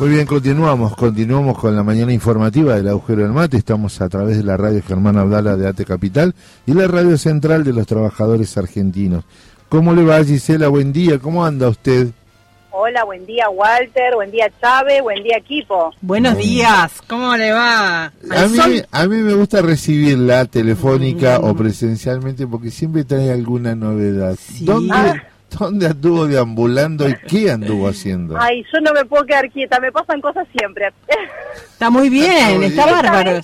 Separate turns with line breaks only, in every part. Muy bien, continuamos, continuamos con la mañana informativa del agujero del mate. Estamos a través de la radio Germán Abdala de AT Capital y la radio central de los trabajadores argentinos. ¿Cómo le va Gisela? Buen día, ¿cómo anda usted?
Hola, buen día Walter, buen día Chávez, buen día equipo.
Buenos
Bueno.
días, ¿cómo le va?
A
¿Al
mí,
sol?
a mí me gusta recibirla telefónica o presencialmente porque siempre trae alguna novedad.
Sí.
¿Dónde,
Ah.
¿Dónde anduvo deambulando y qué anduvo haciendo?
Ay, yo no me puedo quedar quieta, me pasan cosas siempre.
Está muy
Está
bien,
muy
está
bien.
bárbaro.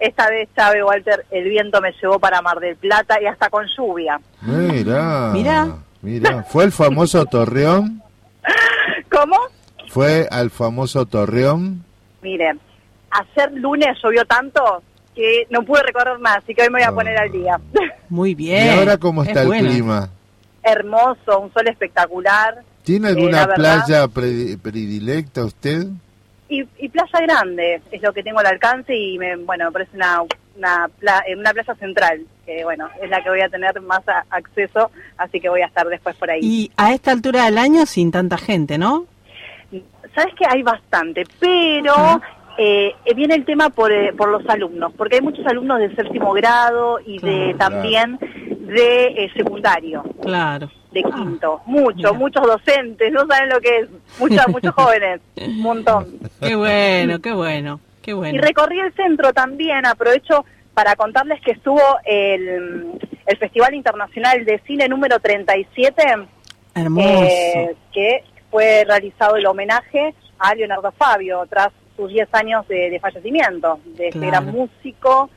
Esta vez, Chávez Walter, el viento me llevó para Mar del Plata y hasta con lluvia.
Mira,
Mirá.
mira, fue al famoso Torreón,
¿Cómo?
fue al famoso Torreón.
Mire, ayer lunes llovió tanto que no pude recorrer más, así que hoy me voy a
Ah.
poner al día.
Muy
¿Y
bien.
ahora cómo está
Es
el
bueno.
clima?
Hermoso, un sol espectacular
¿Tiene
Eh,
alguna
la verdad-
playa pre- predilecta usted?
y, y playa grande, es lo que tengo al alcance y me, bueno, me parece una, una, pla- eh, una playa central, que bueno, es la que voy a tener más a- acceso, así que voy a estar después por ahí.
Y a esta altura del año sin tanta gente, ¿no?
Sabes que hay bastante, pero
Ajá.
eh, viene el tema por, eh, por los alumnos, porque hay muchos alumnos de séptimo grado y de
Claro.
también de eh, secundario,
Claro.
de
Ah,
quinto. Muchos,
mira.
muchos docentes, no saben lo que es. Muchos, muchos jóvenes, un montón.
qué bueno, qué bueno, qué
Y
bueno.
recorrí el centro también, aprovecho para contarles que estuvo el, el Festival Internacional de Cine número 37.
Hermoso.
eh, que fue realizado el homenaje a Leonardo Fabio tras sus 10 años de, de fallecimiento, de este
Claro.
gran músico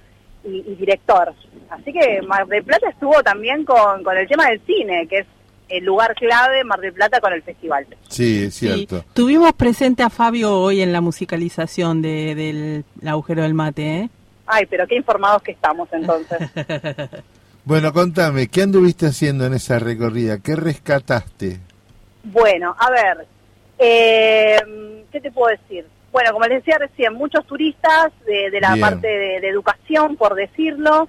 y, y director. Así que Mar del Plata estuvo también con, con el tema del cine, que es el lugar clave Mar del Plata con el festival.
Sí, es
Sí.
cierto.
Tuvimos presente a Fabio hoy en la musicalización de- del agujero del mate, ¿eh?
Ay, pero qué informados que estamos entonces.
Bueno, contame, ¿qué anduviste haciendo en esa recorrida? ¿Qué rescataste?
Bueno, a ver, eh, ¿qué te puedo decir? Bueno, como les decía recién, muchos turistas de, de la
Bien.
parte de, de educación, por decirlo.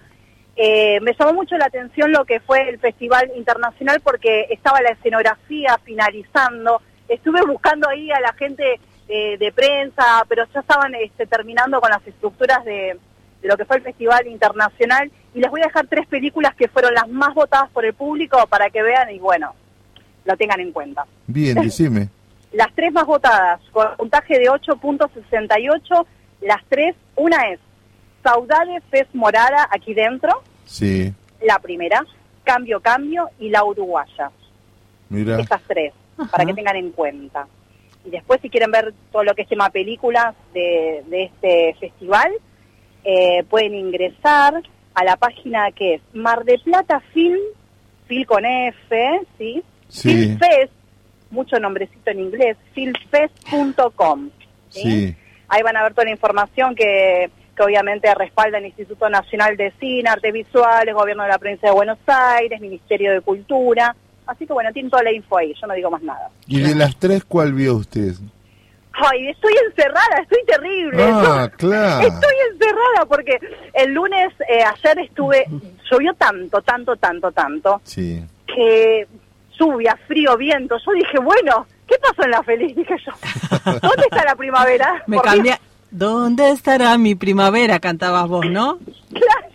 Eh, me llamó mucho la atención lo que fue el Festival Internacional porque estaba la escenografía finalizando. Estuve buscando ahí a la gente eh, de prensa, pero ya estaban este, terminando con las estructuras de, de lo que fue el Festival Internacional. Y les voy a dejar tres películas que fueron las más votadas por el público para que vean y bueno, lo tengan en cuenta.
Bien, decime.
Las tres más votadas, con puntaje de 8.68, las tres, una es Saudade Fez Morada aquí dentro,
Sí,
la primera, Cambio Cambio y la Uruguaya.
mira.
Estas tres,
Ajá.
para que tengan en cuenta. Y después si quieren ver todo lo que es tema películas de, de este festival, eh, pueden ingresar a la página que es Mar de Plata Film, Film con F, ¿sí?
Sí,
Filmfest, mucho nombrecito en inglés, filmfest.com. ¿sí?
sí.
Ahí van a ver toda la información que, que obviamente respalda el Instituto Nacional de Cine, Artes Visuales, Gobierno de la Provincia de Buenos Aires, Ministerio de Cultura. Así que bueno, tienen toda la info ahí, yo no digo más nada.
¿Y de las tres cuál vio usted?
Ay, estoy encerrada, estoy terrible.
Ah, claro.
Estoy encerrada porque el lunes, eh, ayer estuve, llovió tanto, tanto, tanto, tanto,
Sí.
que lluvia, frío, viento. Yo dije, bueno, ¿qué pasó en la feliz? Dije yo, ¿dónde está la primavera?
Me
Por
cambia. ¿Dónde estará mi primavera? Cantabas vos, ¿no?
Dios, claro.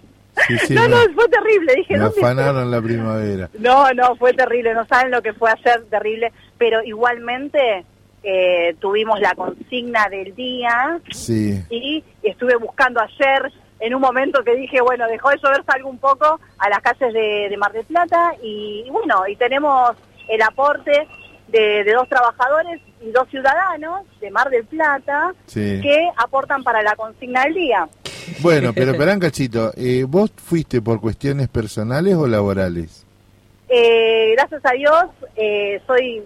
Sí, sí,
no, no,
me-
fue terrible. Dije,
me,
¿dónde está?
afanaron la primavera.
No, no, fue terrible. No saben lo que fue ayer, terrible. Pero igualmente eh, tuvimos la consigna del día
Sí.
¿sí? y estuve buscando ayer en un momento que dije, bueno, dejó de llover, salgo un poco a las calles de, de Mar del Plata y, y bueno, y tenemos el aporte de, de dos trabajadores y dos ciudadanos de Mar del Plata
Sí.
que aportan para la consigna del día.
Bueno, pero esperá un cachito. eh, ¿Vos fuiste por cuestiones personales o laborales?
Eh, gracias a Dios, eh, soy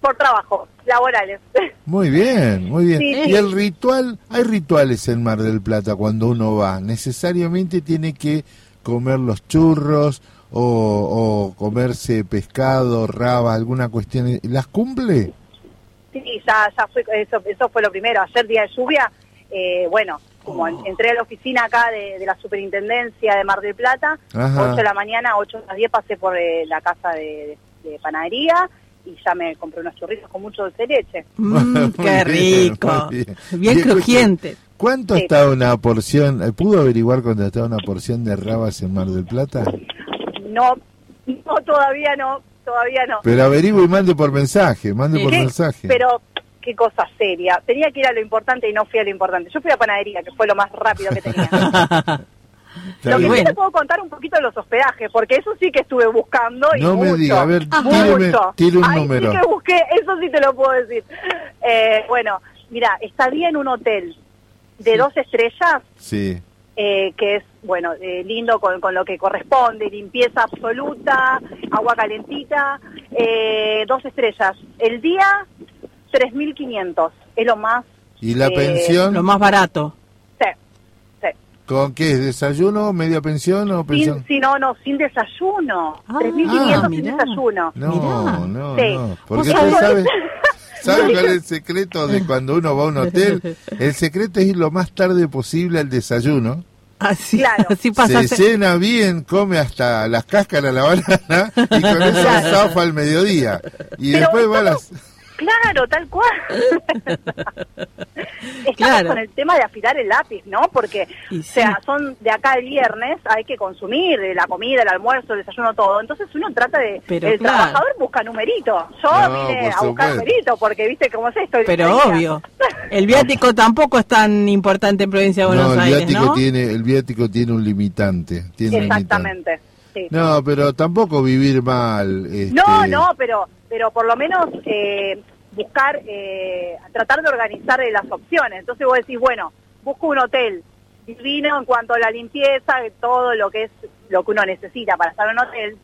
por trabajo, laborales.
Muy bien, muy bien.
Sí,
Y
sí.
el ritual, hay rituales en Mar del Plata cuando uno va. Necesariamente tiene que comer los churros o, o comerse pescado, raba, alguna cuestión. ¿Las cumple?
Sí, ya, ya fue, eso, eso fue lo primero. Ayer día de lluvia, eh, bueno, como en- entré a la oficina acá de, de la superintendencia de Mar del Plata,
Ajá.
8 de la mañana, 8 a las 10 pasé por eh, la casa de, de panadería y ya me compré unos churritos con mucho dulce de leche.
Mm, qué
Muy bien,
rico.
muy
Bien,
bien. Y escuche,
crujiente.
¿Cuánto
Sí.
está una porción? eh, ¿Pudo averiguar cuánto está una porción de rabas en Mar del Plata?
No, no, todavía no, todavía no.
Pero averigüe y mande por mensaje, mande
Sí.
por
¿Qué?
mensaje.
Pero qué cosa seria. Tenía que ir a lo importante y no fui a lo importante. Yo fui a panadería, que fue lo más rápido que tenía.
Está
lo
bien.
que sí
Bueno.
te puedo contar un poquito de los hospedajes, porque eso sí que estuve buscando. Y
No me
mucho,
diga, a ver,
mucho.
tíreme- tire un
Ay,
número.
Sí que busqué, eso sí te lo puedo decir. Eh, bueno, mira, estadía en un hotel de dos estrellas
Sí.
eh, que es, bueno, eh, lindo con, con lo que corresponde, limpieza absoluta, agua calentita, eh, dos estrellas. El día, 3.500, es lo más...
¿Y la
eh,
pensión?
Lo más barato.
Sí, sí.
¿Con qué? ¿Desayuno, media pensión o pensión?
Sin, sí, no, no, sin desayuno.
Ah,
3.500 sin
mirá.
desayuno.
No,
Mirá.
no,
Sí.
no.
Vos
Porque usted
sabés-
sabe, sabe cuál es el secreto de cuando uno va a un hotel. El secreto es ir lo más tarde posible al desayuno.
Así,
Claro.
así
Se
pasaste.
llena bien, come hasta las cáscaras de la banana y con eso
Claro.
zafa al mediodía. Y
Pero
después va a las...
estamos- Claro, tal cual. Estamos
Claro.
con el tema de afilar el lápiz, ¿no? Porque,
Y
o sea,
sí.
son de acá el viernes, hay que consumir eh, la comida, el almuerzo, el desayuno, todo. Entonces uno trata de...
Pero
el
claro.
trabajador busca numerito. Yo
No, por
vine a buscar
supuesto.
numerito porque, viste, cómo es esto. el
Pero
día a día.
obvio. El viático tampoco es tan importante en Provincia de Buenos
No, el
Aires,
viático,
¿no?
tiene, el viático tiene un limitante. Tiene un limitante.
Exactamente. Sí.
No, pero tampoco vivir mal. este,
No, no, pero, pero por lo menos eh, buscar, eh, tratar de organizar eh, las opciones. Entonces vos decís, bueno, busco un hotel divino en cuanto a la limpieza, de todo lo que es lo que uno necesita para estar en un hotel.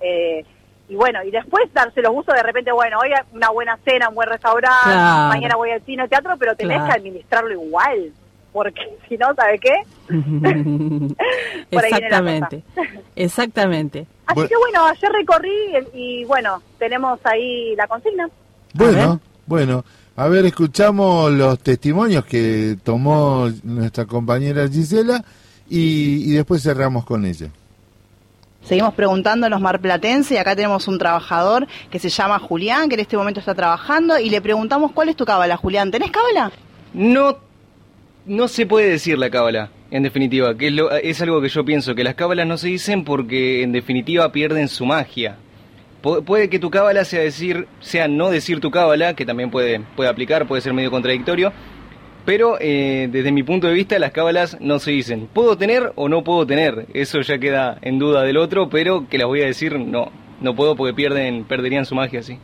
eh, y bueno, y después darse los gustos de repente, bueno, hoy una buena cena, un buen restaurante,
Claro.
mañana voy al cine, al teatro, pero tenés
Claro.
que administrarlo igual, porque si no, ¿sabe qué? Por ahí viene la
Exactamente. Exactamente.
Así
Bueno.
que bueno, ayer recorrí y, y bueno, tenemos ahí la consigna.
A
Bueno,
ver.
bueno. A ver, escuchamos los testimonios que tomó nuestra compañera Gisela y, y después cerramos con ella.
Seguimos preguntando a los marplatenses y acá tenemos un trabajador que se llama Julián, que en este momento está trabajando y le preguntamos cuál es tu cábala, Julián. ¿Tenés cábala?
No, no se puede decir la cábala, en definitiva, que es, lo- es algo que yo pienso, que las cábalas no se dicen porque en definitiva pierden su magia. Pu- puede que tu cábala sea decir, sea no decir tu cábala, que también puede, puede aplicar, puede ser medio contradictorio, pero eh, desde mi punto de vista las cábalas no se dicen. ¿Puedo tener o no puedo tener? Eso ya queda en duda del otro, pero que las voy a decir no. No puedo porque pierden, perderían su magia, sí.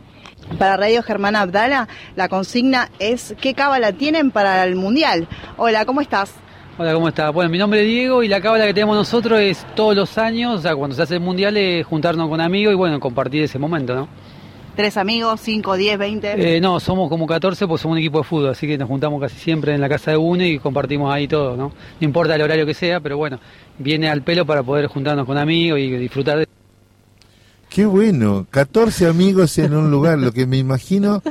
Para Radio Germán Abdala, la consigna es ¿qué cábala tienen para el Mundial? Hola, ¿cómo estás?
Hola, ¿cómo estás? Bueno, mi nombre es Diego y la cábala que tenemos nosotros es todos los años, o sea, cuando se hace el mundial, es juntarnos con amigos y bueno, compartir ese momento, ¿no?
¿Tres amigos? ¿Cinco, diez, veinte?
Eh, no, somos como 14, pues somos un equipo de fútbol, así que nos juntamos casi siempre en la casa de uno y compartimos ahí todo, ¿no? No importa el horario que sea, pero bueno, viene al pelo para poder juntarnos con amigos y disfrutar de
Qué bueno, 14 amigos en un lugar, lo que me imagino.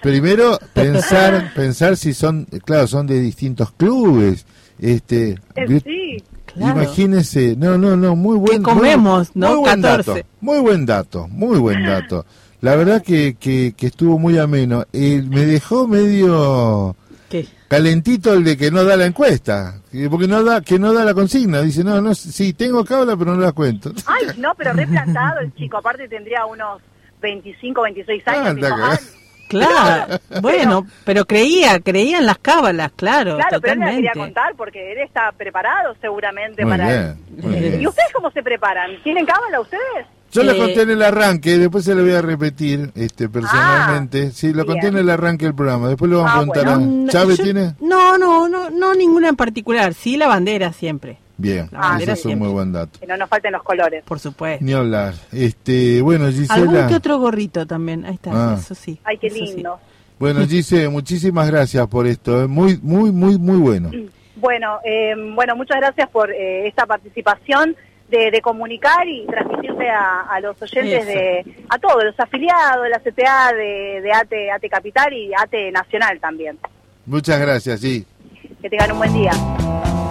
Primero pensar, pensar si son, claro, son de distintos clubes. Este,
Eh,
vi-
sí.
Claro.
Imagínese, no, no, no, muy buen
¿Qué comemos,
muy,
no?
muy buen
14.
dato, muy buen dato, muy buen dato. La verdad que, que, que estuvo muy ameno. Eh, me dejó medio
¿Qué?
calentito el de que no da la encuesta, eh, porque no da, que no da la consigna. Dice, no, no, sí, tengo cábala, pero no la cuento.
Ay, no, pero replantado el chico. Aparte tendría unos 25, 26 años.
Anda,
dijo,
que-
"Ah,
Claro, bueno, pero creía, creía en las cábalas, claro,
claro, pero él me la
totalmente.
quería contar porque él está preparado seguramente
Muy
para
bien, muy
eso.
bien.
¿Y ustedes cómo se preparan? ¿Tienen cábala ustedes?
Yo la
Eh,
conté en el arranque, después se la voy a repetir este
Ah,
personalmente. sí, lo conté en
bien.
el arranque del programa, después lo vamos a
Ah,
contar.
bueno.
a-
No,
¿Chávez
yo-
tiene?
No, no, no, no ninguna en particular, sí la bandera siempre,
Bien,
Ah,
eso
mira,
es un
siempre.
muy buen dato.
Que no nos falten los colores.
por supuesto.
Ni hablar. Este, bueno,
Algún que
Gisela.
otro gorrito también, ahí está,
Ah.
eso sí.
Ay, qué
eso sí.
lindo.
Bueno, Gise, muchísimas gracias por esto. eh, Muy, muy, muy, muy bueno.
Mm.
Bueno, eh, bueno, muchas gracias por eh, esta participación de, de comunicar y transmitirle a, a los oyentes
Eso.
de a todos los afiliados de la CTA, de, de ATE, ATE Capital y ATE Nacional también.
Muchas gracias, sí.
Que tengan un buen día.